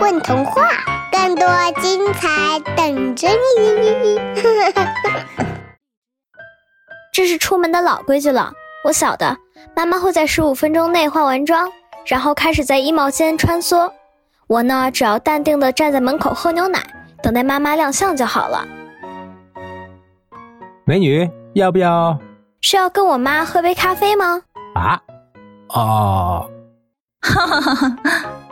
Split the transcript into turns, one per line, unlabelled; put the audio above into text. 问童话，更多精彩等着你。
这是出门的老规矩了。我晓得，妈妈会在十五分钟内化完妆，然后开始在衣帽间穿梭。我呢，只要淡定的站在门口喝牛奶，等待妈妈亮相就好了。
美女，要不要
是要跟我妈喝杯咖啡吗？
啊？哦，
哈哈哈哈！